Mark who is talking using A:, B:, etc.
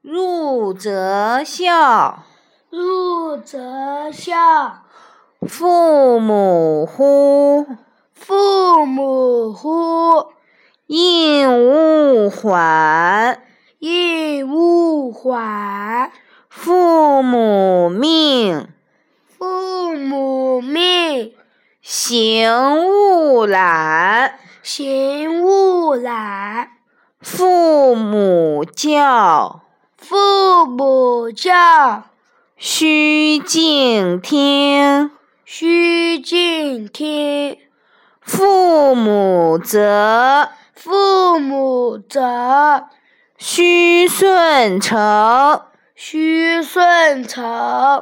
A: 入则孝，
B: 入则孝，
A: 父母呼，
B: 父母呼，
A: 应勿缓；
B: 应勿缓，
A: 父母命，
B: 父母命，
A: 行勿懒；
B: 行勿懒，
A: 父母教，
B: 父母教，
A: 须敬听；
B: 须敬听，
A: 父母责，
B: 父母责，
A: 须顺承。
B: 须顺承。